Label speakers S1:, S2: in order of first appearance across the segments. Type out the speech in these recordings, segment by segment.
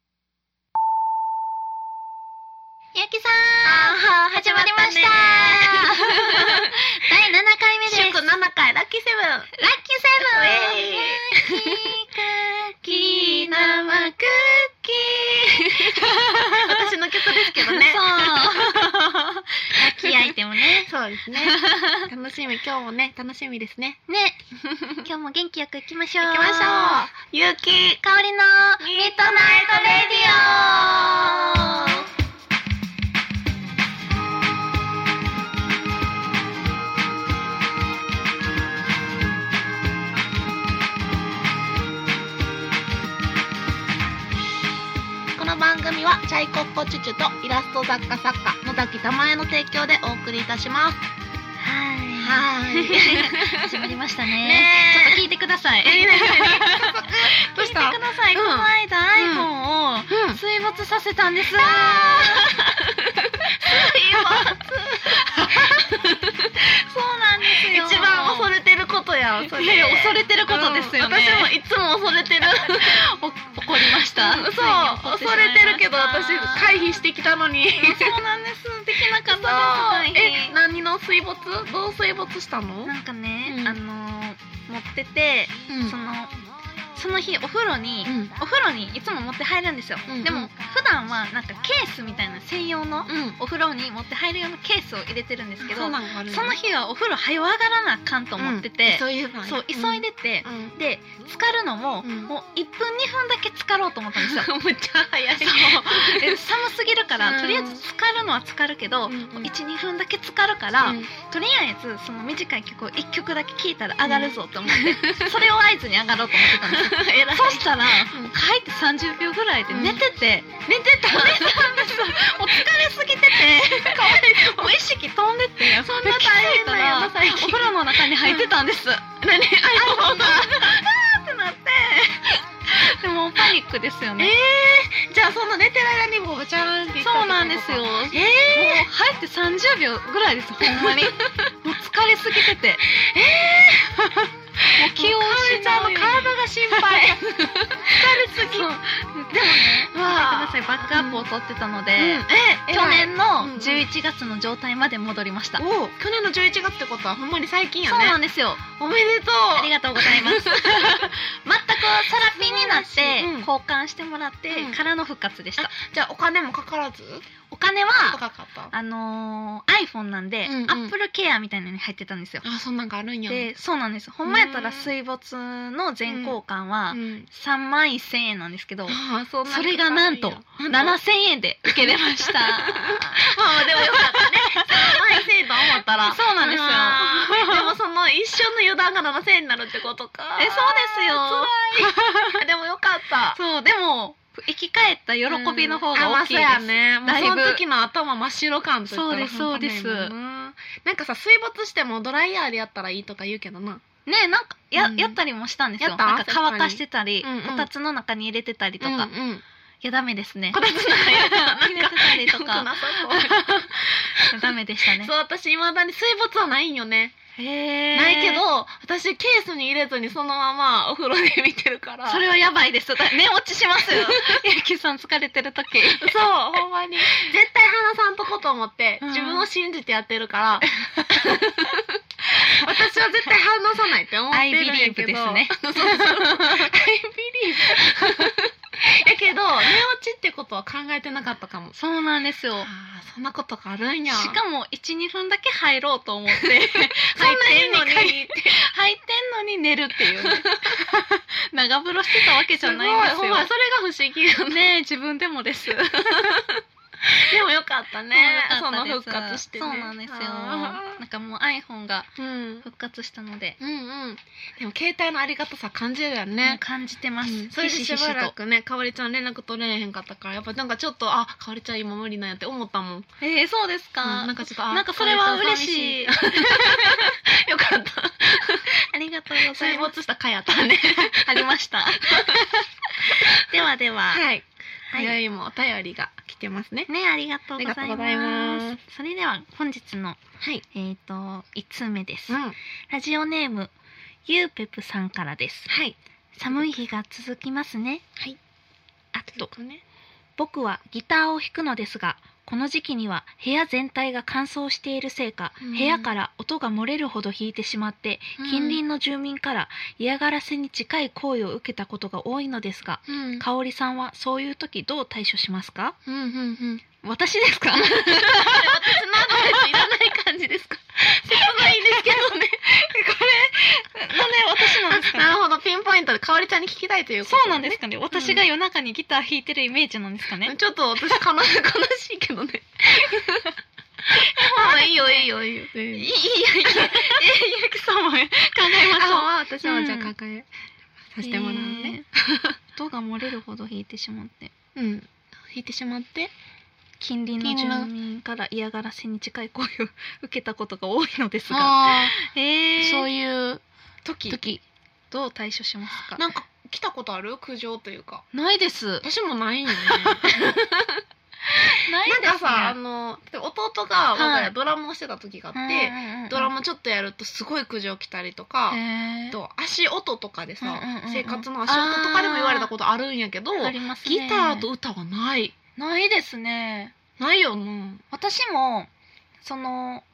S1: ラッキーセブンキー生クッキー
S2: 私の曲ですけどね。
S1: そうラッキーアイテムね
S2: そうですね。楽しみ、今日もね、楽しみですね。
S1: ね今日も元気よく行きましょう
S2: 行きましょう。ゆうき、
S1: 香りのミッドナイトレディオ
S2: この番組はチャイコッコチュチュとイラスト雑貨作家野崎たまえの提供でお送りいたします。
S1: はい
S2: はーい
S1: 始まりましたね
S2: ねえ
S1: ちょっと聞いてください
S2: え
S1: 聞
S2: 何
S1: いてください、
S2: うん
S1: この間 iPhone を
S2: うん。
S1: 水没させたんです、そうなんですよ
S2: 一番恐れてること やんそれ
S1: ね恐れてることですよね
S2: うん私もいつも恐れてる
S1: 怒りました
S2: うん そ
S1: ついに怒
S2: う
S1: ってしまい
S2: 恐
S1: ま
S2: れ
S1: した
S2: てるけど私回避してきたのに
S1: そうなんですできなか
S2: そ
S1: っ
S2: う
S1: たです
S2: え何の水没どう水没したの
S1: なんかね、
S2: うん
S1: あのー持ってて、
S2: うん
S1: そのその日お風呂に、
S2: うん
S1: お風呂にいつも持って入るんですよ、
S2: うん
S1: でも普段はなんかケースみたいな専用の
S2: うん
S1: お風呂に持って入る用のケースを入れてるんですけど、
S2: そうなんかあるね
S1: その日はお風呂早上がらなあかんと思ってて、
S2: うん急いでない
S1: そう急いでて、
S2: うんうん
S1: で浸かるのも、
S2: うん
S1: もう1分2分だけ浸かろうと思ったんです よ
S2: むっちゃ早い
S1: そうえ寒すぎるから、
S2: うん
S1: とりあえず浸かるのは浸かるけど、
S2: うんうん
S1: もう12分だけ浸かるから、
S2: うん
S1: とりあえずその短い曲を1曲だけ聴いたら上がるぞと思って、それを合図に上がろうと思ってたんですよ
S2: 偉 い
S1: そしたら
S2: ん
S1: 帰って30秒ぐらいで
S2: うん
S1: 寝てて、寝てた寝てたんです よもう疲れすぎてて もう意識飛んでて
S2: そん
S1: で
S2: な
S1: 気
S2: 大
S1: づい
S2: 変
S1: た
S2: なんや
S1: ら
S2: な最近
S1: お風呂の中に入 ってたんです、
S2: 何 iPhone が
S1: あーってなってでもパニックですよ
S2: え
S1: ね、
S2: ーじゃあその寝てる間にもうバチャーンっていったってこと
S1: そうなんですよ
S2: え
S1: もう入って30秒ぐらいですほん まにもう疲れすぎててええもう
S2: ー
S1: 気を失う
S2: かおりちゃんの体が心配疲れすぎ
S1: そうでもね見てくださいバックアップを取ってたので、
S2: うんえ
S1: 去年
S2: うんう
S1: の
S2: ん
S1: 11月の状態まで戻りました、
S2: おう去年の11月ってことはほんまに最近や
S1: そう
S2: ね
S1: なんですよ
S2: おめでとう
S1: ありがとうござい ます全くサラピンになっ
S2: 素晴らしい
S1: て
S2: うん
S1: 交換してもらって
S2: うん
S1: からの復活でした、
S2: じゃあお金もかからず
S1: お金は
S2: 高かった
S1: あのー iPhone なんで、
S2: うんうん
S1: Apple Care みたいなのに入ってたんですよ
S2: あそんなんがあるんや
S1: でそうなんですほんまやったら水没の全交換は
S2: うん
S1: 3万1000円なんですけど、
S2: あそんな
S1: それがなんと
S2: かかるんや
S1: 7000円で受けれま した
S2: まあでもよかったね前制度思ったら
S1: そうなんですよ
S2: うんでもその一生の油断が7000円になるってことか
S1: えそう
S2: 辛いでもよかった
S1: ですよそうでも生き返った喜びの方が大きいで
S2: あ
S1: す、
S2: まあそうやねもう
S1: だいぶ
S2: その時の頭真っ白感といったら
S1: そうです
S2: 半端ないもんな
S1: そうで
S2: なんかさ水没してもドライヤーでやったらいいとか言うけどな
S1: ねなんかや,、
S2: うん
S1: やったりもしたんですよ
S2: やった
S1: なんか乾かしてたり、
S2: やっぱりうんうん
S1: こたつの中に入れてたりとか、
S2: うん
S1: い
S2: うん
S1: やダメですね
S2: こたつの中やったらなん
S1: 入れてたりと
S2: よく
S1: か
S2: なさそう
S1: いやダメでしたね
S2: そう私いまだに水没はないんよね、
S1: へえ
S2: ないけど私ケースに入れずにそのままお風呂で見てるから
S1: それはやばいですだ寝落ちします よゆうきさん疲れてる時
S2: そうほんまに絶対話さんとこと思って
S1: うん
S2: 自分を信じてやってるから 私は絶対話さないって思ってるんや
S1: I believe
S2: けど
S1: です ね
S2: そうそう I believe やけど寝落ちってことは考えてなかったかも
S1: そうなんですよ
S2: あーそんなことがあるんや
S1: しかも12分だけ入ろうと思って入って
S2: そんないいのに
S1: 入ってんのに寝るっていうね 長風呂してたわけじゃないんです
S2: ごい
S1: よ
S2: ほんまそれが不思議よね
S1: ねえ自分でもです
S2: でもよかったね
S1: そう
S2: そ
S1: 良かった
S2: の
S1: です
S2: 復活してね
S1: そうなんですよ
S2: あ
S1: なんかもう iPhone が
S2: ーうん
S1: 復活したので、
S2: うんうんでも携帯のありがたさ感じるよ
S1: もう
S2: ね
S1: 感じてます、
S2: うんそれで
S1: ひ
S2: し
S1: しひし
S2: ばら
S1: と
S2: くねかおりちゃん連絡取れへんかったからやっぱなんかちょっとあかおりちゃん今無理なんやって思ったもん、うん
S1: えー、そうですか、
S2: なんかちょっとあ
S1: なんかそれは嬉しい
S2: よ か った
S1: ありがとうござ
S2: 水
S1: います
S2: 没した回やったね
S1: ありました ではでは、
S2: はい
S1: はい
S2: 今宵もお便りが来てますね
S1: ね、ありがとうござ
S2: あ
S1: い
S2: りがとうござい
S1: ま。
S2: ます
S1: それでは本日の
S2: はい
S1: えっ、と5つ目です、
S2: うんは
S1: ラジオネームゆうぺぷさんからです。
S2: い
S1: 寒い日が続きますね。
S2: はい
S1: あ
S2: ちょ
S1: と
S2: っとね
S1: 僕はギターを弾くのですが、この時期には部屋全体が乾燥しているせいか、
S2: うん
S1: 部屋から音が漏れるほど引いてしまって、
S2: うん
S1: 近隣の住民から嫌がらせに近い行為を受けたことが多いのですが、
S2: うん
S1: 香織さんはそういう時どう対処しますか
S2: うんうんうん。
S1: 私です か私のアドバイスいらない感じ ですか切ないんですけどねこれなんで私なんですか
S2: なるほど、ピンポイントで香りちゃんに聞きたいということ、
S1: そうなんですかね私が夜中にギター弾いてるイメージなんですかね、
S2: ちょっと私悲しい悲しいけどね。まあいいよいいよいいよ。い
S1: いいいい
S2: い
S1: いいいいゆきさんも考 えましょう
S2: あ、私はじゃあ
S1: うん
S2: 抱えさせてもらうね。
S1: えー音が漏れるほど弾いてしまって
S2: うん。引いてしまって。
S1: 近隣の住民から嫌がらせに近い声を受けたことが多いのですが、
S2: あ
S1: え
S2: あ、
S1: ー、
S2: そう
S1: いう
S2: いう
S1: 時
S2: 時。
S1: どう対処しますか
S2: なんか来たことある苦情というか。
S1: ないです
S2: 私も ないよね。
S1: な
S2: なんかさ、あの弟が我が
S1: は
S2: 家
S1: い
S2: ドラムをしてた時があって、ドラムちょっとやるとすごい苦情来たりと
S1: と
S2: か、
S1: えー、
S2: と足音とかでさ、
S1: うんうんうんうん
S2: 生活の足音とかでも言われたことあるんやけど、
S1: ありますね
S2: ギターと歌はない
S1: ないですね
S2: ないよな、
S1: 私もその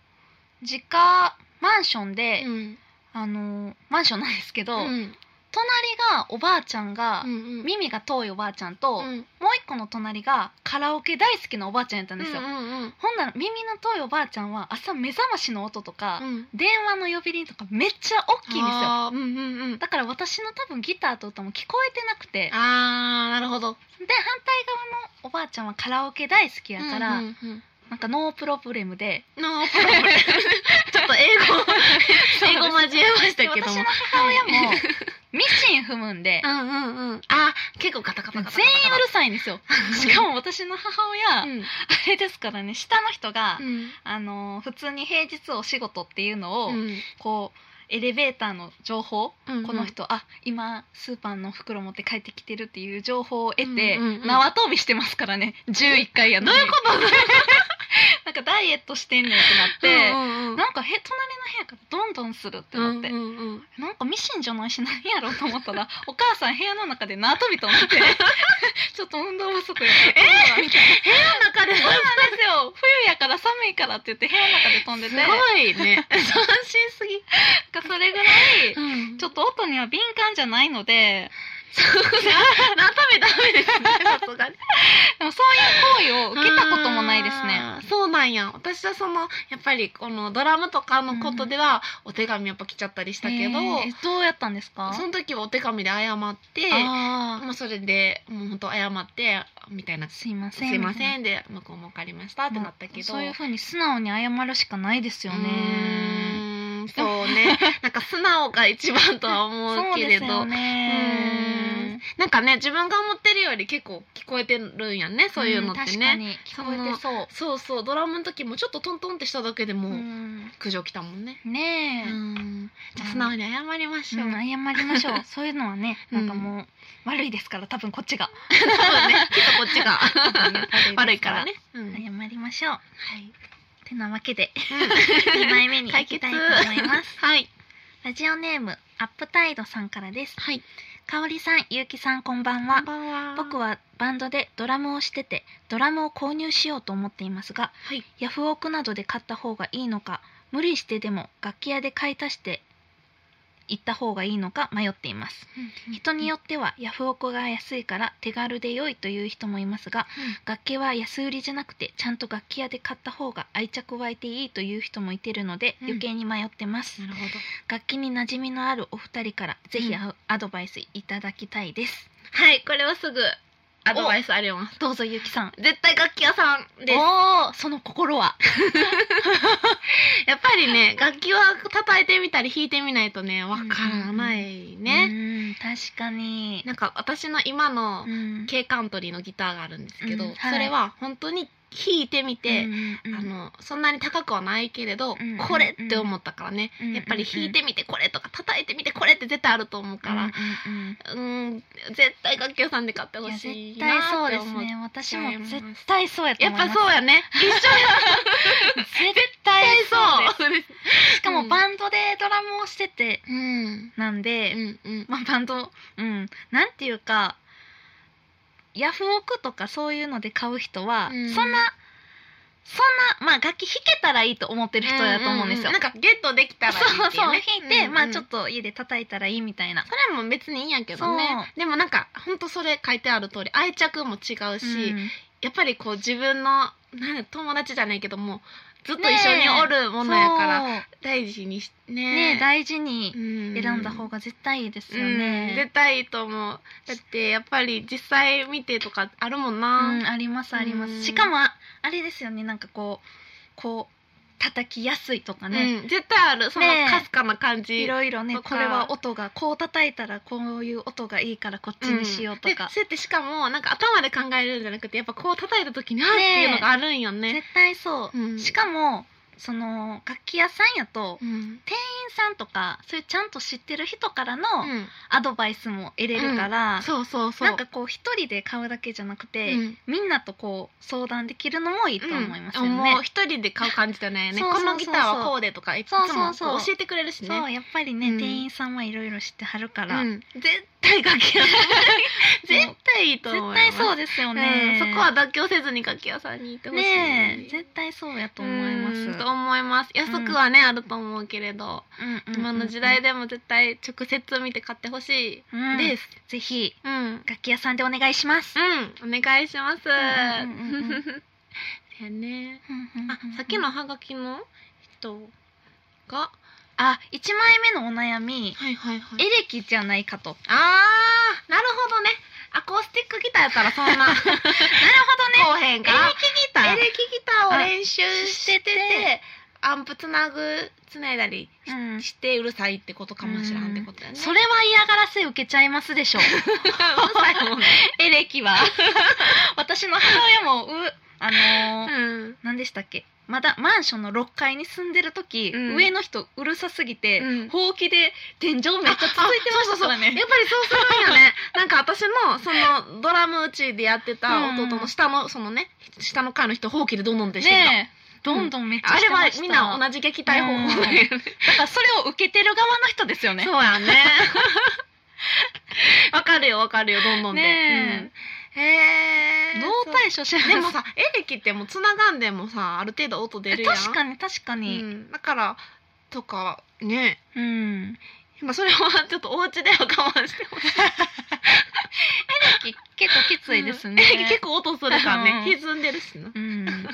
S1: 実家マンションで、
S2: ん
S1: あのマンションなんですけど、
S2: うん
S1: 隣がおばあちゃんが、
S2: うん
S1: 耳が遠いおばあちゃんと、
S2: うんうん
S1: もう一個の隣がカラオケ大好きなおばあちゃんやったんですよ、
S2: うん
S1: ほんなら耳の遠いおばあちゃんは朝目覚ましの音とか、
S2: うん
S1: 電話の呼び鈴とかめっちゃ大きいんですよ
S2: あーうんうんうん
S1: だから私の多分ギターと歌も聞こえてなくてで反
S2: あーなるほど
S1: 対側のおばあちゃんはカラオケ大好きやから、
S2: うんうん
S1: なんかノープロブレムで
S2: うんのプロブレムちょっと英語英語交えましたけど
S1: 私
S2: も
S1: の母親もミシン踏むんで
S2: うんうんうんあ結構ガタガ
S1: 全
S2: タ
S1: 員
S2: ガタ
S1: うるさいんですよしかも私の母親、
S2: うん
S1: あれですからね下の人が、
S2: うん
S1: あのー普通に平日お仕事っていうのを、
S2: うん
S1: こうエレベーターの情報、
S2: うん
S1: この人あ今スーパーの袋持って帰ってきてるっていう情報を得て、
S2: うんうんうん
S1: 縄跳びしてますからね11回やのに
S2: どういうこと
S1: なんかダイエットしてんねんってなって、なんかへ隣の部屋からどんどんするってなって、
S2: うんうんうん
S1: なんかミシンじゃないしなんやろうと思った らお母さん部屋の中で縄跳びと思って ちょっと運動不足やからえみたいな
S2: 中で
S1: そうなんですよ冬やから寒いからって言って部屋の中で飛んでて
S2: すごいね斬 新すぎ
S1: なんかそれぐらい
S2: うん
S1: ちょっと音には敏感じゃないので
S2: そうななためダメですねさすがに
S1: でもそういう行為を受けたこともないですね
S2: あーそうなんや私はそのやっぱりこのドラムとかのことではお手紙やっぱ来ちゃったりしたけど、
S1: えーどうやったんですか
S2: その時はお手紙で謝って
S1: あー
S2: まあ、それでもう本当謝ってみたいな「す
S1: すいません
S2: いま
S1: み
S2: せん」で向こうも分かりましたって
S1: たい
S2: なったけど、
S1: そういうふうに素直に謝るしかないですよね
S2: うーんそう ねなんか素直が一番とは思う
S1: そう
S2: け
S1: で
S2: れ
S1: すよ
S2: ど
S1: ね
S2: なんかね自分が思ってるより結構聞こえてるんやんねそういうのっ
S1: ん
S2: てね、
S1: 確かに聞こえてそう
S2: そうそうドラムの時もちょっとトントンってしただけでもう
S1: うん
S2: 苦情来たもんね、
S1: ねえ、
S2: うんじゃあ素直に謝りましょう、
S1: うん謝りましょうそういうのはねなんかもう悪いですから多分こっちが
S2: そうね きっとこっちが
S1: 多分ね
S2: 悪いからね、うん
S1: 謝りましょう
S2: はい
S1: てなわけで2 枚目に行
S2: 解
S1: き
S2: 決
S1: たいと思います
S2: はい
S1: ラジオネームアップタイドさんからです
S2: はい
S1: かおりさんゆうきさんこんばん
S2: こ
S1: は
S2: んばんは
S1: 僕はバンドでドラムをしててドラムを購入しようと思っていますが
S2: はい
S1: ヤフオクなどで買った方がいいのか無理してでも楽器屋で買い足して行った方がいいのか迷っています人によってはヤフオクが安いから手軽で良いという人もいますが楽器は安売りじゃなくてちゃんと楽器屋で買った方が愛着湧いていいという人もいてるので
S2: うん
S1: 余計に迷ってます、
S2: なるほど
S1: 楽器に馴染みのあるお二人からぜひあアドバイスいただきたいです
S2: はいこれはすぐアドバイスあります
S1: どうぞゆきさん
S2: 絶対楽器屋さんです
S1: おーその心は
S2: やっぱり ね楽器は叩いてみたり弾いてみないとねわからないね、
S1: ね確かに
S2: なんか私の今の
S1: うん
S2: K カントリーのギターがあるんですけど、
S1: うんはい
S2: それは本当に弾いてみて、
S1: うんうん
S2: あのそんなに高くはないけれど、
S1: うん
S2: これって思ったからね、
S1: うん
S2: やっぱり弾いてみてこれとか叩いてみてこれって絶対あると思うから、
S1: うんうんうん
S2: うん絶対楽器屋さんで買ってほ
S1: いや
S2: し
S1: 絶
S2: いな
S1: 対そ
S2: っ
S1: う
S2: て
S1: で
S2: 思
S1: す
S2: う
S1: ね私も
S2: 思っちゃいます
S1: 絶対そうやと
S2: や
S1: 思
S2: っ
S1: います
S2: ぱそうやね一緒
S1: 絶対そうです
S2: そうです
S1: しかもバンドでドラムをしてて
S2: うん
S1: なん
S2: う
S1: で、
S2: んうん
S1: まあ、バンドうんなんていうかヤフオクとかそういうので買う人は、
S2: うん
S1: そんなそんな、まあ、楽器弾けたらいいと思ってる人だと思うんですよ。
S2: なんかゲットできたらいい
S1: そう
S2: ってい
S1: そうう弾
S2: ね
S1: いて、まあちょっ
S2: と
S1: と家で叩いたらいいみたいな。
S2: それも別にいいんやけどねでもなんかほんとそれ書いてある通り愛着も違うし、
S1: うん
S2: やっぱりこう自分のなんだ友達じゃないけどもずっと一緒におるものやから、
S1: そう
S2: 大事にしね
S1: ね大事に
S2: うん
S1: 選んだ方が絶対いいですよ
S2: うん
S1: ね。
S2: 絶対いいと思うだってやっぱり実際見てとかあるもん
S1: う
S2: な、
S1: ん、ありますありま
S2: うん
S1: す。しかもああれですよねなんかこうこう叩きやすいとかね。
S2: うん絶対あるその
S1: ねえ
S2: かすかな感じ、
S1: いろいろね
S2: とか
S1: これは音がこう叩いたらこういう音がいいからこっちにしようと
S2: ん
S1: か
S2: で、そうやってしかもなんか頭で考えるんじゃなくてやっぱこう叩いた時にあーっ
S1: ねえ
S2: ていうのがあるんよね
S1: 絶対そう。
S2: うん
S1: しかもその楽器屋さんやと
S2: う
S1: 店
S2: ん
S1: 員さんとかそういうちゃんと知ってる人からの
S2: うん
S1: アドバイスも得れるから、
S2: そうそうそう
S1: なんかこう一人で買うだけじゃなくて、
S2: うん
S1: みんなとこう相談できるのもいいと思いますよ
S2: うん
S1: ね
S2: もう。一人で買う感じじゃないよね
S1: そうそうそうそう
S2: このギターはこうでとかいつも
S1: そうそうそう
S2: こう教えてくれるしね
S1: そうやっぱりね、
S2: うん
S1: 店員さんはいろいろ知ってはるから、
S2: うん絶対楽器屋さん絶対いいと思
S1: 絶対
S2: う
S1: そう
S2: う
S1: ですよ
S2: ね
S1: ね、、
S2: そこは妥協せずに楽器屋さんに行ってほしい
S1: ねえ絶対そうやと思います。
S2: うんと思います安くはね、あると思うけれど
S1: うんうんうん
S2: 今の時代でも絶対直接見て買ってほしい
S1: うん
S2: です、
S1: ぜひ
S2: うん
S1: 楽器屋さんでお願いします。
S2: うん、お願いします。
S1: うんうん うんうん
S2: だよね。
S1: うんうん
S2: あ
S1: うんうん、
S2: さっきのハガキの人が、
S1: あ一枚目のお悩み、
S2: はいはいは
S1: エ
S2: え、
S1: レキじゃないかと。
S2: あー、なるほどね。アコースティックギターやったらそ んな、なるほどね。こうへんか
S1: エレ
S2: ら。
S1: キギター
S2: エレキギターを練習しててアンプつなぐ、つないだり
S1: うん
S2: してうるさいってことかもしらんってことやね。
S1: それは嫌がらせ受けちゃいます でしょ
S2: うるさいもんね。
S1: エレキは私の母親もうあのー
S2: うん。
S1: 何でしたっけまだマンションの6階に住んでる時、
S2: うん
S1: 上の人うるさすぎて、
S2: うん
S1: ほうきで天井めっちゃ続いてましたからね
S2: やっぱりそうするんよね なんか私もそのドラムうちでやってた弟の下のそのね下の階の人ほうきでどんどんってしてた、
S1: ねえどんどんめっちゃ
S2: あ
S1: して
S2: れ
S1: ま
S2: は
S1: した、
S2: みんな同じ撃退方法だよね
S1: だからそれを受けてる側の人ですよね
S2: そうやね わかるよわかるよどんどんで、
S1: ね
S2: うんへえ
S1: どう対処します
S2: でもさエレキってもうつながんでもさある程度音出るやん
S1: 確かに確かに
S2: うん、だからとかね
S1: うん、エ
S2: まあそれはちょっとお家では我慢してほしい
S1: レキ結構きついですね、
S2: エレキ結構音するからね
S1: うん
S2: 歪んでるしな
S1: うん、なん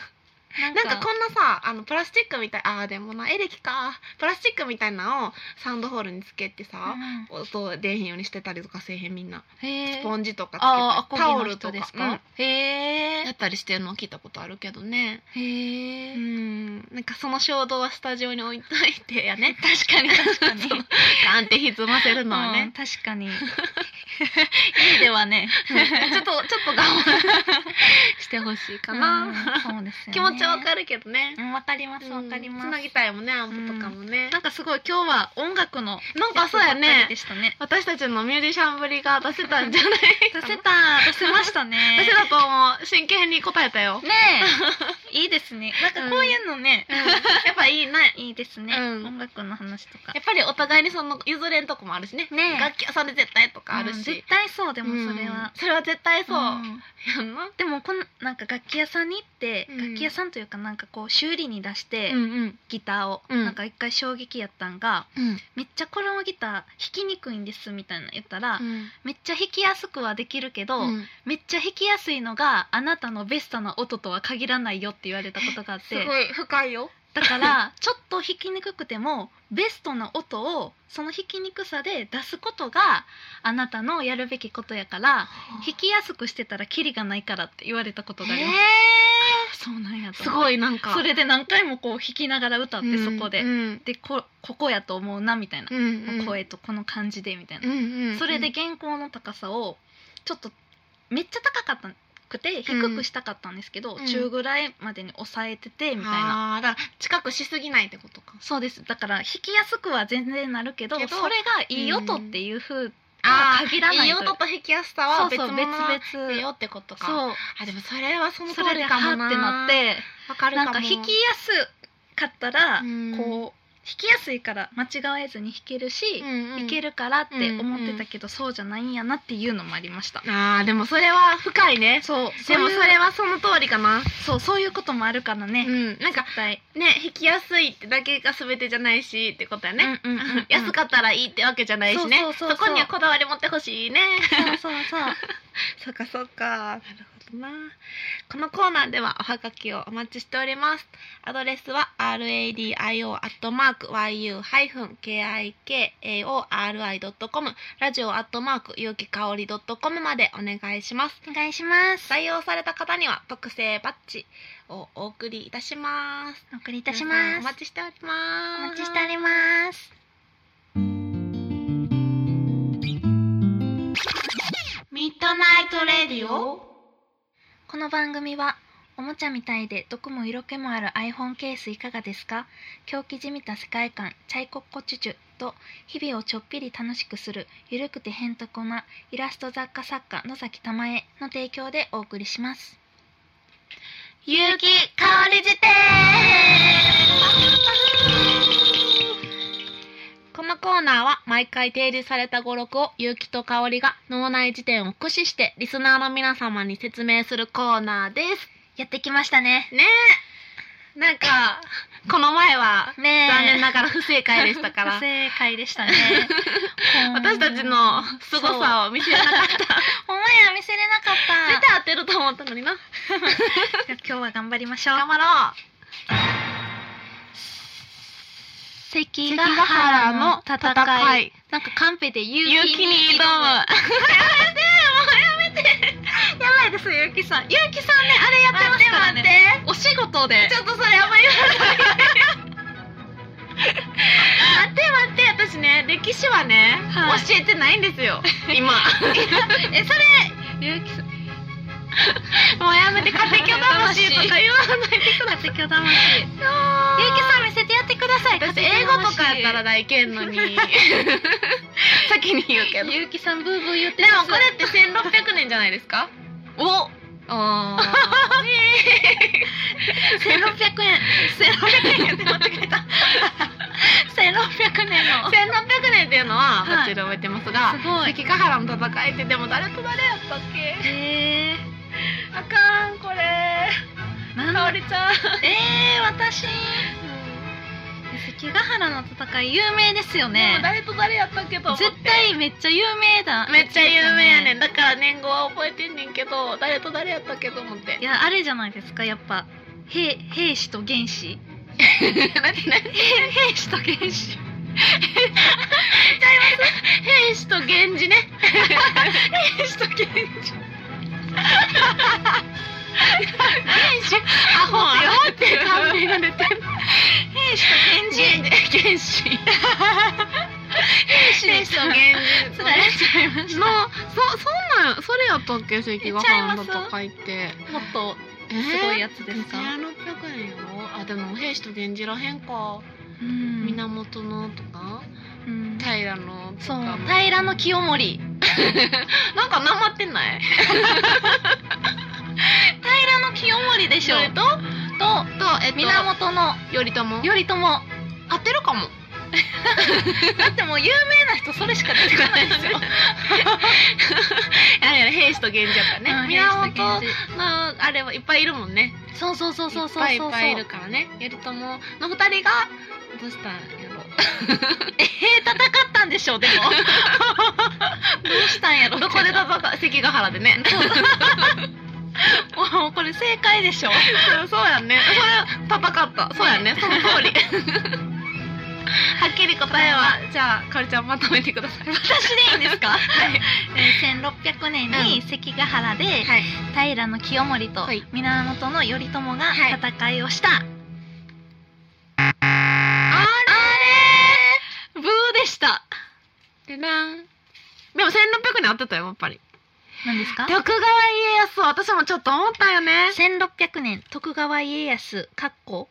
S2: なんかこんなさあのプラスチックみたいあーでもなエレキかプラスチックみたいなのをサウンドホールにつけてさ、音出えへんようにしてたりとかせえへんみんなス
S1: へ
S2: ポンジとかつけたり
S1: ああ、
S2: タ
S1: タ
S2: オ
S1: オ
S2: ル
S1: ル
S2: と
S1: と
S2: か
S1: です
S2: うん
S1: か。へ
S2: や
S1: え
S2: っ。たりしてるのは聞いたことあるけどね
S1: へ
S2: う
S1: え。
S2: んなんかその衝動はスタジオに置いといてやね
S1: 確かに確かに。
S2: そうガンって歪ませるのは
S1: う
S2: ね
S1: ん、確かに。家ではね、
S2: ちょっとちょっと我慢 してほしいか
S1: うん
S2: な、
S1: そうですよね。
S2: 気持ちわ
S1: る。
S2: かるけどね
S1: わかりますわかり
S2: つ
S1: ま
S2: な
S1: す。
S2: ぎたいもんねアンプとかもね、
S1: なんかすごい今日は音楽の
S2: なんかそうやね
S1: でしたね。
S2: 私たちのミュージシャンぶりが出せたんじゃない
S1: 出
S2: かな
S1: せた出せましたね
S2: 出せ。たと思う真剣に答えた よ、
S1: ねえ、 いいですね。なんかこういうのね、
S2: やっぱいいね
S1: いいですね。
S2: うん
S1: 音楽の話とか
S2: や。っぱりお互いにその譲れんとこもあるしね
S1: ねえ
S2: 楽器屋さんで絶対とかあ
S1: う
S2: る
S1: ん
S2: し、
S1: 絶対そうでもそれは
S2: うん。それは絶対そう、
S1: ん
S2: やんな
S1: でもこのなんか楽器屋さんに行って、
S2: うん
S1: 楽器屋さんというかなんかこう修理に出して、
S2: うん
S1: ギターを、
S2: うん
S1: なんか一回衝撃やったんが
S2: うん
S1: 「めっちゃこのギター弾きにくいんです」みたいなの言ったら、
S2: うん
S1: めっちゃ弾きやすくはできるけど、
S2: うん
S1: めっちゃ弾きやすいのがあなたのベストな音とは限らないよって言われたことがあっ
S2: す
S1: て
S2: ごい深いよ
S1: だからちょっと弾きにくくてもベストな音をその弾きにくさで出すことがあなたのやるべきことやから弾きやすくしてたらキリがないからって言われたことがあります。そうなんや
S2: えー
S1: と
S2: すごいなんか
S1: それで何回もこう弾きながら歌ってそこで、
S2: うんうん
S1: でこここやと思うなみたいな、
S2: うんうん
S1: 声とこの感じでみたいな
S2: う、んうん
S1: それで原稿の高さをちょっとめっちゃ高かったくて低くしたかったんですけど、
S2: うん
S1: 中ぐらいまでに抑えててみたいな、
S2: あーだから近くしすぎないってことか
S1: そうですだから弾きやすくは全然なるけど
S2: けど
S1: それがいい音っていうふう
S2: あ
S1: あ
S2: あ
S1: ー限
S2: 限ら
S1: ら
S2: な
S1: ないい
S2: い音と弾きやすさは
S1: そう
S2: 別
S1: そう
S2: 物
S1: 別
S2: だ
S1: 々
S2: よってことか
S1: そう
S2: あでもそれはその
S1: そ
S2: 通
S1: れ
S2: り
S1: で
S2: か
S1: ハ
S2: もな
S1: ってなって
S2: わかるか
S1: なんか
S2: も
S1: 弾きやすかったら、
S2: うん
S1: こきやすいから間違えずに弾けるし、いけ
S2: る
S1: るからって思ってたけど、そうじゃないんやなっていうのもありました。
S2: あーでもそれは深いね
S1: そう、
S2: でもそ
S1: そうい
S2: れ
S1: う
S2: はその通りかな
S1: そうそういうこともあるからね。
S2: うんなんか
S1: 絶対
S2: ね弾きやすいってだけが全てじゃないしってことやね、
S1: うんうんうんうん
S2: 安かったらいいってわけじゃないしね
S1: そうそうそうそう
S2: こにはこだわり持ってほしいね
S1: そうそうそう。
S2: そっかそっかなるほどなこのコーナーではおはがきをお待ちしておりますアドレスは radio.yu-kikaori.com ラジオ .yukiKaori.com までお願いします
S1: お願いします。
S2: 採用された方には特製バッジをお送りいたします
S1: お送りいたし
S2: 皆
S1: ま
S2: さんお
S1: す。
S2: 待ちしております
S1: お待ちしております。
S2: ミッドナイトレディオ
S1: この番組はおもちゃみたいで毒も色気もある iPhone ケースいかがですか狂気じみた世界観チャイコッコチュチュと日々をちょっぴり楽しくするゆるくてへんとこなイラスト雑貨作家野崎たまえの提供でお送りします
S2: ゆうきかおり辞典このコーナーは毎回提示された語録をゆうきとかおりが脳内辞典を駆使してリスナーの皆様に説明するコーナーです
S1: やってきましたね
S2: ねえなんかこの前は
S1: ね
S2: 残念な
S1: が
S2: がら不正解でしたから
S1: 不正解で したね
S2: 私たちの凄さを見せなかった絶
S1: ほんまや見せれなかっ
S2: 対当てると思ったのにな
S1: たじゃあ今日は頑張りましょう
S2: 頑張ろ
S1: 関
S2: う
S1: ヶ原の戦いなんかカンペで勇
S2: 勇気に挑む
S1: やばいですよ、ゆうきさん。ゆうきさんね、あれやってますからね。お仕事で
S2: ちょっとそれあんま言わないで待って待って私ね歴史はね、
S1: はい
S2: 教えてないんですよ 今
S1: え、それ、ゆうきさん。
S2: もうやめて家庭教魂とか言わないでください
S1: 家庭教魂。ゆうき
S2: さ
S1: さん見せてやってください。
S2: 私英語とかやったら
S1: だ
S2: 大いけんのに 先に言うけど
S1: ゆうきさんブーブー言って
S2: でもこれって1600年じゃないですかおあ ー
S1: 千六百円。千六百円って間違えた。千六百年の。
S2: 1600年っていうのは
S1: はい
S2: こっちで覚えてますが、
S1: すごい
S2: 関ヶ原の戦いってでも誰と誰やったっけ
S1: え
S2: あかんこれ
S1: ー、なん
S2: かおりちゃん
S1: えー、私。関ヶ原の戦い有名ですよ
S2: でも
S1: ね。
S2: 誰と誰やったっけと思って
S1: 絶対めっちゃ有名だ。
S2: めっちゃ有名やねんだから年号は覚えてんねんけど誰と誰やったっけと思って
S1: いやあれじゃないですかやっぱ兵兵士と原子
S2: 何何
S1: 兵兵士と原子
S2: 兵士と源氏ね
S1: 兵士と原子
S2: アホアホっていう感じが出てる
S1: 兵士と原子
S2: 原始
S1: 兵
S2: 兵
S1: 士
S2: 士
S1: と
S2: と
S1: 原
S2: 原
S1: 子
S2: 始
S1: つられちゃいま
S2: の
S1: し
S2: そ
S1: た
S2: そんなんそれやったっけ関ヶ原の戦いって
S1: もっとすごいやつですか、
S2: 1600年よあでも兵士と源氏らへんか、
S1: うん
S2: 源のとか
S1: うん
S2: 平のと
S1: そう
S2: かも
S1: 平の清盛
S2: なんかなまってない
S1: 平の清盛でしょ
S2: それ
S1: と
S2: とと、えっと、源
S1: 源の
S2: 頼朝
S1: 頼朝
S2: 合ってるかも
S1: だってもう有名な人それしか出てこないです よ
S2: あれや兵士と源氏やったね、
S1: うん
S2: 源
S1: 源
S2: のあれはいっぱいいるもんね
S1: そうそうそうそうそうそう
S2: いっぱいいっぱいいるからね頼朝の二人がどうしたんやろ
S1: えー、戦ったんでしょうでも どうしたんやろ
S2: どこで戦う関ヶ原でね
S1: も うこれ正解でしょ
S2: そうやんねそれ戦ったそうやんねその通り はっきり答えはじゃあかおりちゃんまとめてください
S1: 私でいいんです か、
S2: はい
S1: えー1600年に関ヶ原で、
S2: はい
S1: 平の清盛と
S2: はい
S1: 源の頼朝が
S2: はい
S1: 戦いをした、
S2: あ
S1: ブーでした
S2: れでなんでも1600年あってたよやっぱり
S1: 何ですか
S2: 徳川家康は私もちょっと思ったよね
S1: 1600年徳川家康かっこ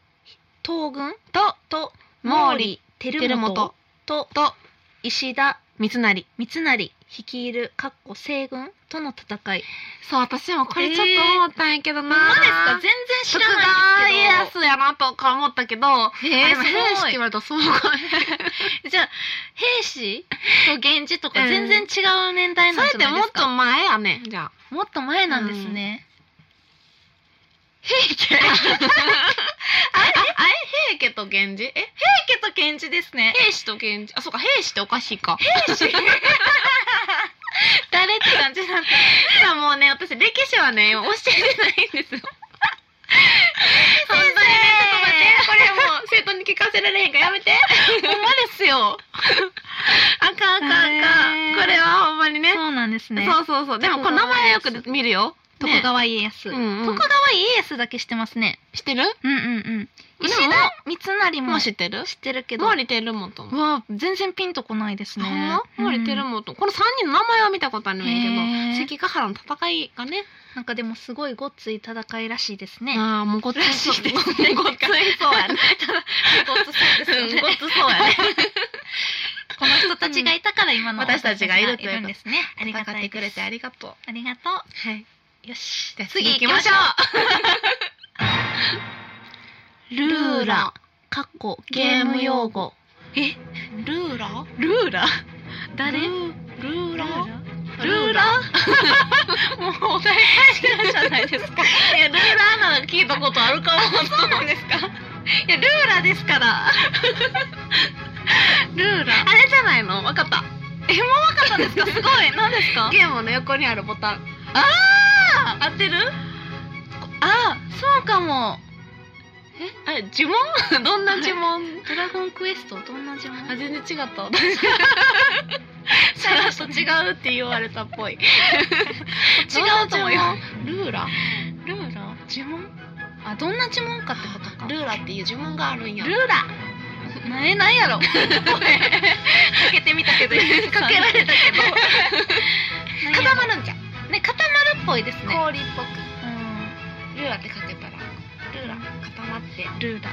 S1: 東軍
S2: と
S1: と
S2: 毛
S1: 毛
S2: 利
S1: 利
S2: 照
S1: 輝
S2: 元
S1: 元と
S2: と
S1: 石田
S2: 三成
S1: 三成率いるかっこ西軍との戦い
S2: そう私もこれちょっと思ったんやけどな、
S1: 何ですか全然知らないんです
S2: 徳川家康やなとか思ったけど
S1: けどえ
S2: あでも兵士って言われたらそうか
S1: じゃあ兵士と源氏とか全然違う年代
S2: そ
S1: なん
S2: れ
S1: じゃ
S2: っ
S1: な
S2: て
S1: い
S2: も
S1: で
S2: っ
S1: すか、
S2: と前やねじゃあ
S1: もっと前なんですね、平家
S2: あれあれ平家と源氏え
S1: 平家と源氏ですね
S2: 兵士と源氏あそうか兵士っておかしいか
S1: 兵 士誰って感じなんで
S2: さあもうね私歴史はね教えてないんですよそんなにねちょっと待ってこれもう生徒に聞かせられへんからやめてほんまですよあかんあかんあ
S1: へ
S2: かん
S1: ー
S2: これはほんまにね
S1: そうなんですね
S2: そうそうそうでもこの名前よく見るよ
S1: 徳
S2: ね
S1: 川家康、
S2: うんうん
S1: 徳川家康だけ知ってますね
S2: 知ってる
S1: うんうんうん石田三成
S2: も
S1: も
S2: う
S1: 知
S2: 知
S1: っ
S2: ってる
S1: てるけど
S2: 毛利輝元
S1: う
S2: も
S1: わ全然ピンとこないです
S2: ほん
S1: ね
S2: ま毛利輝
S1: うん
S2: 元この三人の名前は見たことあるんや
S1: へー
S2: けど関ヶ原の戦いがね
S1: なんかでもすごいごっつい戦いらしいですね
S2: ああもうごっつい
S1: らしいですね
S2: ごっついそうやね
S1: ごっつそうですよね
S2: うんごっつそうやね
S1: この人たちがいたから今の
S2: 私たちがいるという
S1: 私たちがいんですねあり
S2: 戦
S1: がた
S2: っ
S1: い
S2: て
S1: で
S2: く
S1: す
S2: れてありがとう
S1: ありがとう
S2: はい
S1: よし
S2: じゃあ
S1: 次行き
S2: 次行き
S1: ま
S2: ま
S1: し
S2: し
S1: ょ
S2: ょ
S1: うルーラかっこゲーム用語え
S2: うルーラ
S1: ルーラ誰
S2: ルールー
S1: ル
S2: ラ
S1: ルーラもうお題返しじゃないですか
S2: いやルーラーなの聞いたことあるかもそうなんですか
S1: いやルーラですからルーラ
S2: あれじゃないのわかった
S1: えもう分かったんです かすごい何ですか
S2: ゲームの横にあるボタン
S1: あ
S2: 合ってる
S1: ーあそうかも
S2: あれ呪文 どんな呪文
S1: ドラゴンクエストどんな呪文
S2: 全然違った私さらっと違うって言われたっ ぽい違うと思うよルーラ
S1: ルーラ呪文あどんな呪文かってことか
S2: ルーラっていう呪文があるんや
S1: ルーラなえないや ろかけてみたけ どかけられたけど
S2: 固
S1: 固
S2: ま
S1: まる
S2: るんじゃん
S1: ね固まるっぽいですね
S2: 氷っぽくルーラってかけたらルーラ固まって、
S1: うんルーラ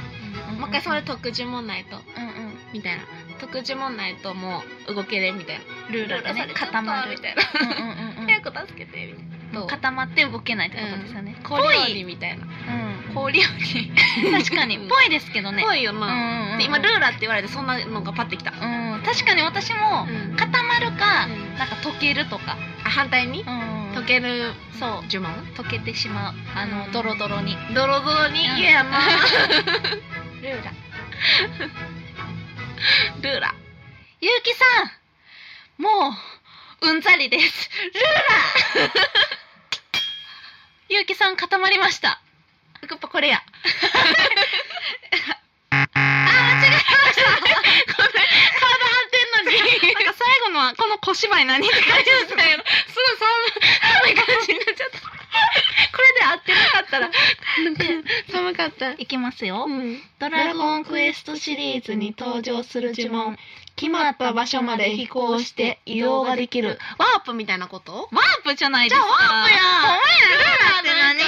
S2: もう一回それ特呪文ないと
S1: うんうん
S2: みたいな特呪文ないともう動けれんみたいな
S1: ルーラでね
S2: ルーラされちゃった
S1: 固まる
S2: みたいな
S1: うんうんうんうん
S2: 早く助けてみたいなど う
S1: 固まって動けないってことですよね、
S2: 氷鬼みたいな
S1: うん、氷より 確かに
S2: うん
S1: ぽいですけどね
S2: ぽいよ
S1: うん
S2: な、
S1: うんうん
S2: で今ルーラって言われてそんなのがパッてきた、
S1: うん確かに私も
S2: うん
S1: 固まるか、
S2: うん
S1: なんか溶けるとか、
S2: あ反対に溶
S1: 溶け
S2: ける
S1: そう
S2: 呪文
S1: 溶けてしまうあの、
S2: うん
S1: ドロドロに
S2: ドロドロに
S1: うん
S2: 嫌や な
S1: ルーラ
S2: ル ーラ
S1: ゆうきさんもううんざりですルーラ ゆうきさん固まりましたやっぱこれやあ間違えました体張ってんのになんか最後のはこの小芝居何って感じですね
S2: すごい寒い寒い感じになっちゃった
S1: これで合ってなかったら
S2: 寒かった
S1: いきますよ
S2: ん
S1: ドラゴンクエストシリーズに登場する呪文決まった場所まで飛行して移動ができる
S2: ワープみたいなこと
S1: ワープじゃない
S2: じ
S1: で
S2: ゃ
S1: す
S2: あ
S1: か
S2: ワープや
S1: お前らルーラーって何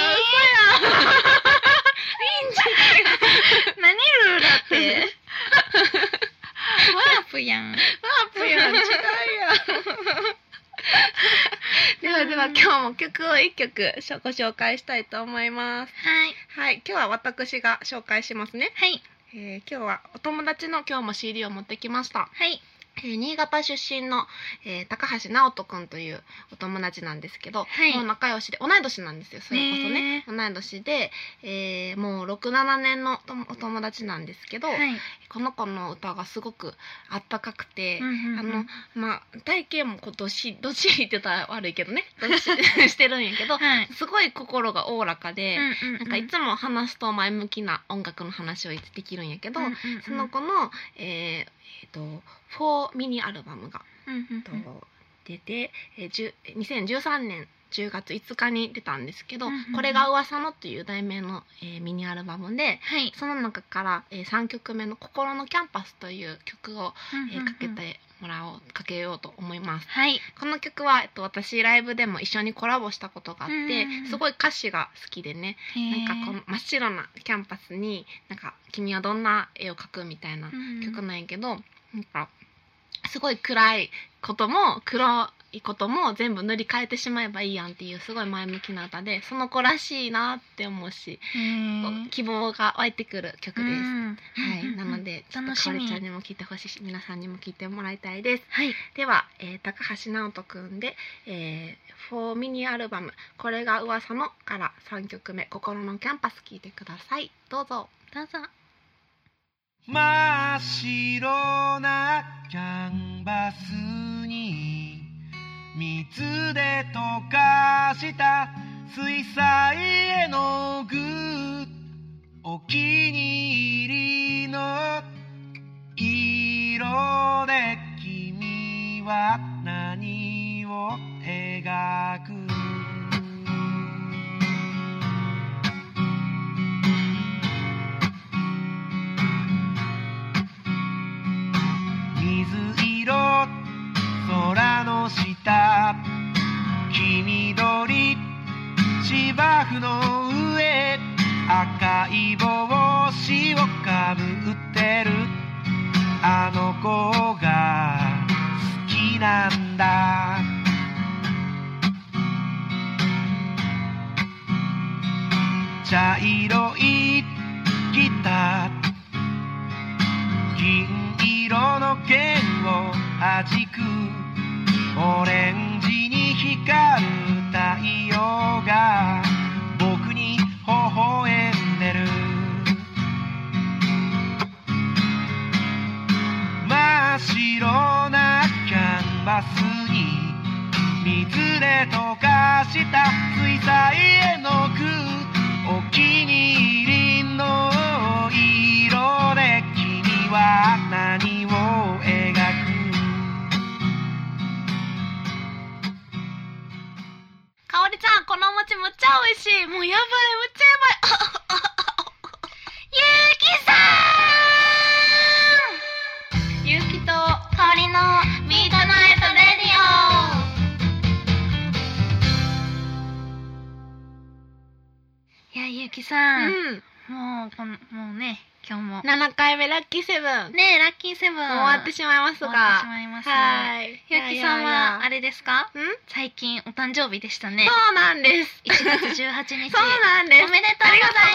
S1: 何ルーラってワープやん
S2: 嘘やんワープやん 違うやんではでは今日も曲を一曲ご紹介したいと思います
S1: はい
S2: はい今日は私が紹介しますね、
S1: はい
S2: えー今日はお友達の今日も CD を持ってきました
S1: はい
S2: えー新潟出身の、えー高橋直人くんというお友達なんですけど、
S1: はい
S2: もう仲良しで同い年なんですよそれこそね
S1: ね
S2: 同い年で、えーもう67年のともお友達なんですけど、
S1: はい
S2: この子の歌がすごくあったかくて、あ
S1: あ
S2: のまあ体型もこうどっしどっしりって言ったら悪いけどね どっしりしてるんやけど
S1: はい
S2: すごい心がおおらかで、
S1: な
S2: なんかいつも話すと前向きな音楽の話をできるんやけど、その子の、えーえーと4ミニアルバムが、と出て、えー、じゅ2013年10月5日に出たんですけど「
S1: うんうんうん
S2: これが噂の」という題名の、えーミニアルバムで
S1: はい
S2: その中から、えー、3曲目の「心のキャンパス」という曲を、えーかけてもらおうかけようと思います。
S1: はい
S2: この曲は、えっと、私ライブでも一緒にコラボしたことがあっ
S1: うん
S2: て、
S1: うんうん
S2: すごい歌詞が好きでねなんか
S1: の
S2: この真っ白なキャンパスになんか君はどんな絵を描くみたいな曲なんやけど、なんかすごい暗いことも黒いことも全部塗り替えてしまえばいいやんっていうすごい前向きな歌でその子らしいなって思うし、こう希望が湧いてくる曲です。はい、なので、ちょっ
S1: 楽
S2: とか
S1: し
S2: おり
S1: み
S2: ちゃんにも聞いてほしいし、皆さんにも聞いてもらいたいです。
S1: はい
S2: では、えー高橋直人くんで、えー、4ミニアルバム、これが噂のから3曲目、心のキャンパス聞いてください。どうぞ。
S1: どうぞ
S3: 真っ白なキャンバスに水で溶かした水彩絵の具お気に入りの色で君は何を描く水色空の下黄緑芝生の上赤い帽子をかぶってるあの子が好きなんだ茶色いギター銀色の剣を弾くオレンジに光る太陽が僕に微笑んでる真っ白なキャンバスに水で溶かした水彩絵の具お気に入りの色で君は何を描く
S2: かおりちゃん、このお餅むっちゃ美味しい。もうやばい、むっちゃやばい。ゆうきさんゆうきとかおりのミートナイトレディ
S1: いやゆうきさん、
S2: うん。
S1: もうこのもうね今日も
S2: 7回目ラッキーセブン、
S1: ねえラッキーセブン
S2: 終わってしまいます
S1: 終
S2: が
S1: わってしまいます
S2: はい
S1: ゆうきさんはあ
S2: れ
S1: れですか
S2: うん
S1: 最近お誕生日でしたね
S2: そうなんです
S1: 1月18日
S2: そうなんです
S1: おめでとう
S2: ありがとうござい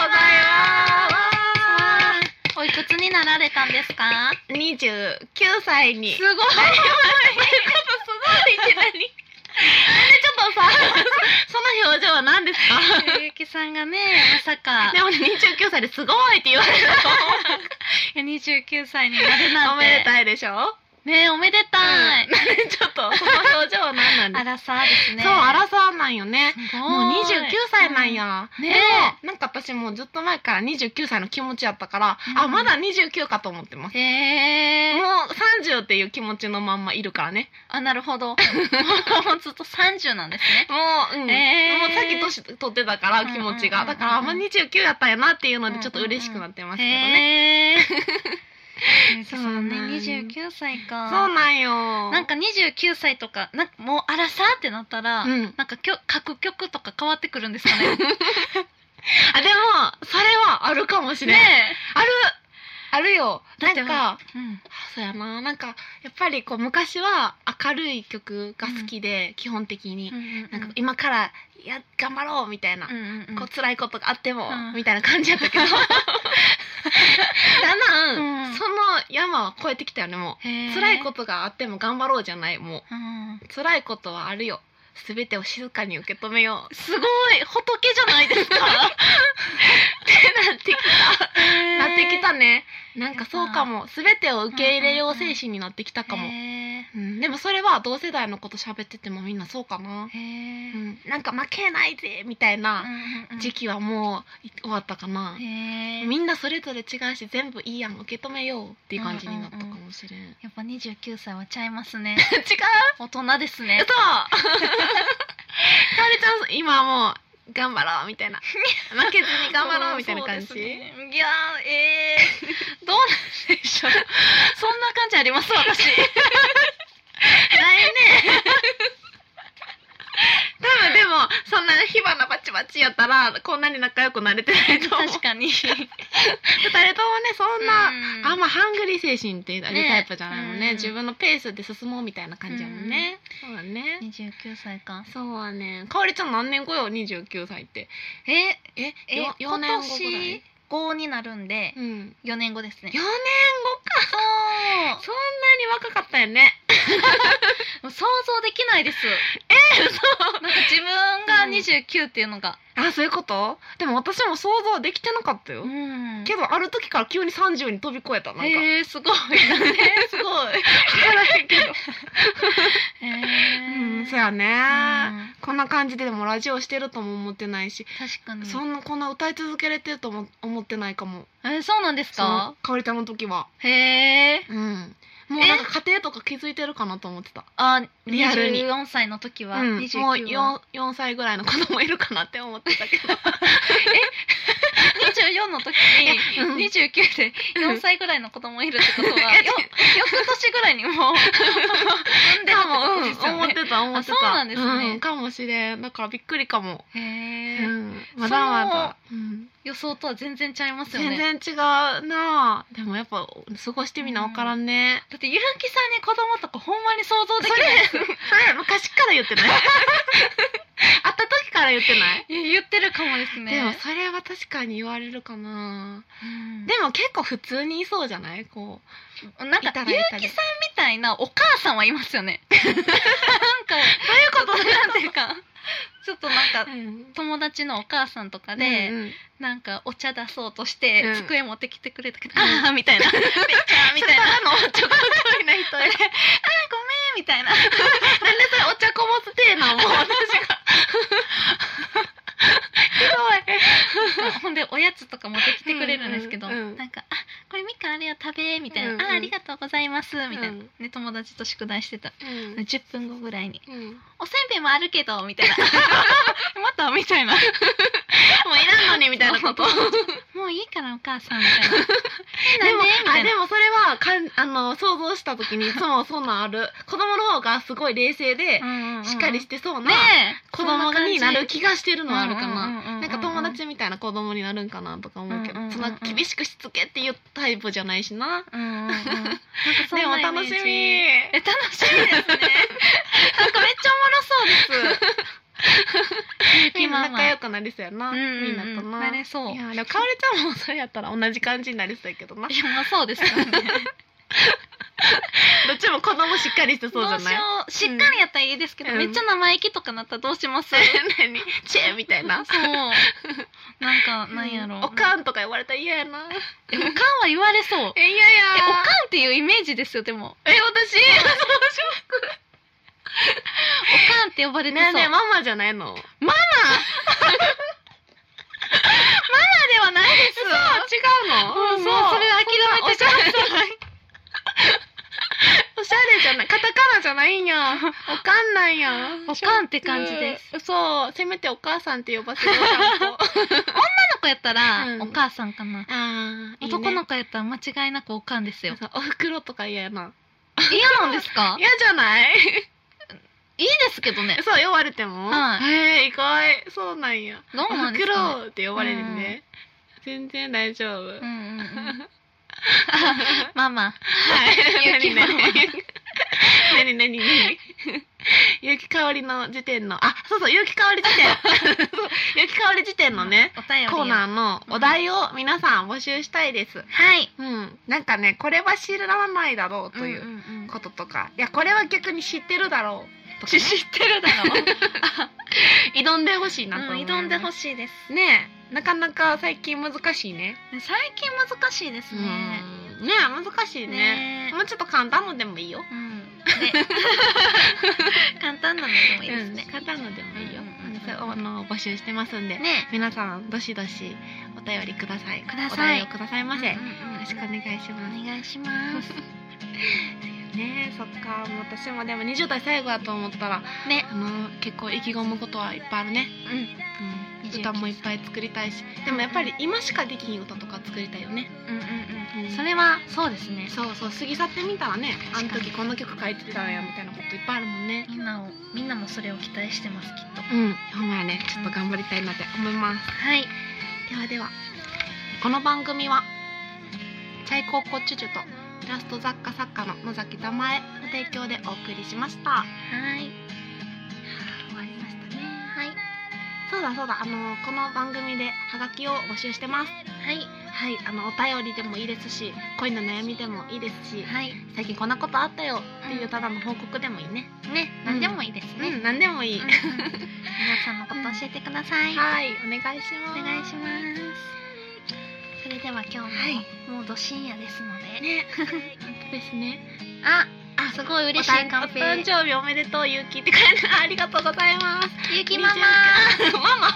S1: ま
S2: ます
S1: おいくつになられたんですか
S2: 二十九歳に。
S1: すごい
S2: 何何ちょっとすご いって何？ねちょっとさ、 その表情は何ですか？
S1: ゆうきさんがねまさか
S2: でもね二十九歳ですごいって言われ ると思
S1: 29歳になる
S2: う。
S1: な
S2: お
S1: んて
S2: めでたい でしょ？
S1: ねえおめでたい、
S2: なんでちょっとその表情は何なんで
S1: あ
S2: すか？
S1: らさですね
S2: そう、アラサーなんよね。
S1: すごい
S2: もう29歳なんや。
S1: ねえ
S2: でもなんか私もうずっと前から29歳の気持ちやったから、
S1: うん
S2: あ、まだ29かと思ってます。
S1: へえ
S2: もう30っていう気持ちのまんまいるからね。
S1: あなるほ どもうずっと30なんですね
S2: もう、うん
S1: えー
S2: もうさっき年取ってたから気持ちが、
S1: うんうんうんうん
S2: だからあんま29やったんやなっていうのでちょっと嬉しくなってますけどね、
S1: ね。へえ。
S2: そ
S1: そうう
S2: なん
S1: ね、二十九歳か。
S2: そうなんよ
S1: なんか二十九歳とか、なんかもうアラサーってなったら、
S2: うん
S1: なんかきょ書く曲とか変わってくるんですか ね。
S2: あでもそれはあるかもしれない、
S1: ね
S2: あるあるよ
S1: え。だ
S2: な
S1: って
S2: んか
S1: ほら、うん、
S2: そうやななんかやっぱりこう昔は明るい曲が好きで、基本的に、なんか今からや頑張ろうみたいな、
S1: うんうんうん
S2: こう辛いことがあっても、
S1: うん
S2: みたいな感じやっ たけどだんだん、
S1: うん
S2: その山は越えてきたよねもう
S1: へえ
S2: 辛いことがあっても頑張ろうじゃないも
S1: うん
S2: う辛いことはあるよ全てを静かに受け止めよう
S1: すごい仏じゃないです か。
S2: ってなってきたな
S1: な
S2: ってきたねなんかそうかも全てを受け入れよう精神になってきたかも、
S1: へえ
S2: うん、でもそれは同世代のこと喋っててもみんなそうかな、
S1: へえ
S2: う。ん、なんか負けないぜみたいな時
S1: 期。
S2: 期はもうい終わったかな、
S1: へえ。
S2: みんなそれぞれ違うし全部いいやん受け止めようっていう感じになったかもしれん、
S1: やっぱ二十九歳はちゃいますね。
S2: 違う
S1: 大人ですね
S2: そう。かおりちゃん今はもう頑張ろうみたい な負けずに頑張ろうみたいな感じ
S1: そうですねいやーえー、どうなんでしょうそんな感じあります 私
S2: ないね多分でもそんな火花バチバチやったらこんなに仲良くなれてないと思 う
S1: 確かに
S2: 二人ともねそんな、
S1: うん
S2: あんまハングリー精神っていうタイプじゃないもんね
S1: ねうん
S2: 自分のペースで進もうみたいな感じやもんね、そうだね
S1: 29歳か
S2: そうはねかおりちゃん何年後よ29歳って
S1: え
S2: え
S1: え
S2: よ4
S1: 今
S2: 年後ぐら
S1: 年
S2: い、
S1: 5になるんで
S2: うん、
S1: 4年後ですね
S2: 4年後
S1: そう
S2: そんなに若かったよね
S1: もう想像できないですえなんか自分が29っていうのが
S2: あそういうことでも私も想像できてなかったよ、
S1: ん
S2: けどある時から急に30に飛び越えたなんか、
S1: えー、すごいだねすごい
S2: 辛いけど
S1: え
S2: うんそう
S1: や
S2: やね、こんな感じででもラジオしてるとも思ってないし、
S1: 確かに
S2: そんなこんな歌い続けれてるとも思ってないかも
S1: えーそうなんです
S2: その
S1: か
S2: かおりちゃんの時は
S1: へえ
S2: うんもうなんか家庭とか気づいてるかなと思ってた
S1: あ
S2: リアルに
S1: 24歳の時は、
S2: うん、もう
S1: 29は
S2: 4, 4歳ぐらいの子供いるかなって思ってたけど
S1: 24の時に、
S2: う
S1: 29
S2: ん
S1: で4歳ぐらいの子供いるってこと はよ翌年ぐらいにもう産ん でる
S2: か
S1: ってことですよ
S2: も、うん、思っ
S1: ね。
S2: てた思って
S1: あ
S2: た
S1: そうなんですね
S2: うんかもしれんだからびっくりかも、
S1: へえ、
S2: うん、まだまだ、うん、
S1: 予想とは全然ちゃいますよね。
S2: 全
S1: だ
S2: 然違うなあでもやっぱ過ごしてみなわからんね、
S1: ってゆうきさんに子供とかほんまに想像でき ないです。
S2: それ昔から言って ない会った時から言ってない、
S1: いや言ってるかもですね。
S2: でもそれは確かに言われるかな
S1: うん
S2: でも結構普通にいそうじゃないこ
S1: なんか
S2: いたら
S1: ゆ
S2: いうたら
S1: きさんみたいなお母さんはいますよね。 なんか
S2: う
S1: そうなんていうかちょっとなんか
S2: う、ん
S1: 友達のお母さんとかで。
S2: うんうん
S1: なんかお茶出そうとして、
S2: うん
S1: 机持ってきてくれたけど、
S2: うん
S1: ああみた いな「めっちゃ」みたいな
S2: ただのちょっと遠い
S1: 「
S2: な
S1: あ
S2: 人
S1: あごめん」みたいな
S2: なんでそれお茶こぼすてえなもう私が
S1: ほんでおやつとか持ってきてくれるんですけど、
S2: うんうん
S1: なんか「あこれみかんあれよ食べ」みたいな「
S2: うんうん
S1: あありがとうございます」みたいな、
S2: うん
S1: ね、友達と宿題してた
S2: うん
S1: 10分後ぐらいに
S2: うん、も
S1: 「おせんべいもあるけど」みたい な「また」みたいな
S2: ういらんのにみたいなことでも
S1: 「もういいからお母さん」みたいな 「変だね」みた
S2: あ
S1: いな
S2: で。もそれはかんあの想像した時にいつもそんなんある子供の方がすごい冷静で
S1: うんうんうん
S2: しっかりしてそうな
S1: ねえ
S2: 子供になる気がしてるのはある
S1: う
S2: か
S1: んうんうんうんう
S2: なんなんか友達みたいな子供になるんかなとか思うけど
S1: うんうんうん
S2: そんな厳しくしつけっていうタイプじゃないしな
S1: うんうんうん、なんかそん
S2: でも
S1: なイメージ
S2: 楽しみ
S1: え楽しみですねなんかめっちゃおもろそうです
S2: みんな仲良
S1: く
S2: くなりそうやな
S1: うんうんうん
S2: みんなとな
S1: なれそう
S2: いやでもかおりちゃんもそれやったら同じ感じになりそうやけどなど
S1: いやまあそうですよね
S2: っちも子供しっかりしてそうじ
S1: ど
S2: ゃ
S1: うし
S2: ない
S1: ようしっかりやったらいいですけど、
S2: うん
S1: めっちゃ生意気とかなったらどうします
S2: 何チェーみたいな
S1: そうなんかなんやろう、
S2: おかんとか言われたら嫌やな
S1: えおかんは言われそう
S2: え嫌や
S1: えおか
S2: ん
S1: んっていうイメージですよでも
S2: え私
S1: おかんって呼ばれてそう、
S2: ねえねえママじゃないのママママではないですそう違うの
S1: うん
S2: も
S1: もうそれ
S2: 諦めて
S1: そんな
S2: おしゃれじゃない おしゃれじゃないカタカナじゃないんやおかんなんや
S1: おかんって感じです
S2: すそうせめてお母さんって 呼ばせようちゃん
S1: 女
S2: と
S1: の子やったら、
S2: うん
S1: お母さんかな
S2: あ
S1: 男の子やったら間違いなくおかんですよ
S2: おふくろとか嫌やな
S1: 嫌なんですか
S2: 嫌じゃない
S1: いいですけどね
S2: そう呼ばれても
S1: はい
S2: へえ意外そうなんや
S1: どう
S2: お
S1: なん
S2: ふ
S1: です
S2: く
S1: か、ね、
S2: ろって呼ばれるね、全然大丈夫、
S1: うんうんうん ママ
S2: はい
S1: ゆきママ
S2: 何何何何ゆきかおりの時点のあそうそうゆきかおり時 点ゆきかおり時点のね
S1: お便りを
S2: コーナーのお題を皆さん募集したいです
S1: はい
S2: うんなんかねこれは知らないだろうとい
S1: ん
S2: うん
S1: うん
S2: こととか、いやこれは逆に知ってるだろうとか
S1: 知ってるだろ
S2: 挑んでほしいなと思
S1: う、
S2: い
S1: 挑んでほ
S2: し
S1: しいです
S2: いねえなかなか最近難しいね
S1: 最近難しいですね
S2: うんねえ難しいね
S1: ね
S2: もうちょっと簡単のでもいいよ
S1: うんね簡単なのでもいいですね
S2: うん、簡単のでもいいよ、
S1: うんうんうん
S2: あのあの募集してますんで、
S1: ね
S2: 皆さんどしどしお便りください
S1: ください
S2: お便りをくださいませ、
S1: うんうんうん
S2: よろしくお願いします
S1: お願いします
S2: というねえそっかもう私もでも20代最後だと思ったら
S1: ね
S2: あの結構意気込むことはいっぱいあるね、
S1: うん
S2: うん
S1: 29
S2: 歌もいっぱい作りたいしでもやっぱり今しかできひん歌とか作りたいよね
S1: うんうんうん
S2: うん
S1: それはそうですね
S2: そうそう過ぎ去ってみたらねあ
S1: 確
S2: の
S1: かに
S2: 時こんな曲書いてたんやみたいなこといっぱいあるもんね
S1: みんなをみんなもそれを期待してますきっと
S2: うんほんまやねちょっと頑張りたいなって思います
S1: はい
S2: ではではこの番組はチャイコーコチュチュとイラスト雑貨作家の野崎たまえの提供でお送りしました
S1: はい
S2: 終わりましたね
S1: はい
S2: そうだそうだあのこの番組でハガキを募集してます
S1: はい
S2: はいあのお便りでもいいですし恋の悩みでもいいですし
S1: はい
S2: 最近こんなことあったよっていうただの報告でもいいね
S1: ね何でもいいですね、
S2: うん何でもいい、
S1: うんうん皆さんのこと教えてください、
S2: はいお願いし
S1: お
S2: ます
S1: 願いしますそれでは今日も、
S2: はい
S1: もうど深夜ですので、
S2: ね本当ですね
S1: ああすごい嬉しいカンペ
S2: お誕生日おめでとうゆうきって書いてあるありがとうございます
S1: ゆきママ
S2: ママ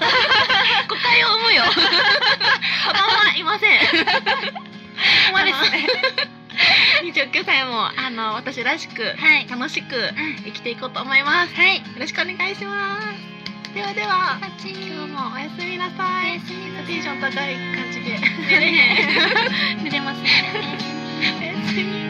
S2: 誤解を生むよママいません
S1: ほんまですね
S2: 29歳もあの私らしく
S1: はい、
S2: 楽しく
S1: うん、
S2: 生きていこうと思います
S1: はい
S2: よろしくお願いしますではでは
S1: パチン
S2: 今 日もおやすみなさい
S1: すみ
S2: テンション高い感じで
S1: 寝れへん寝れますね
S2: おやすみ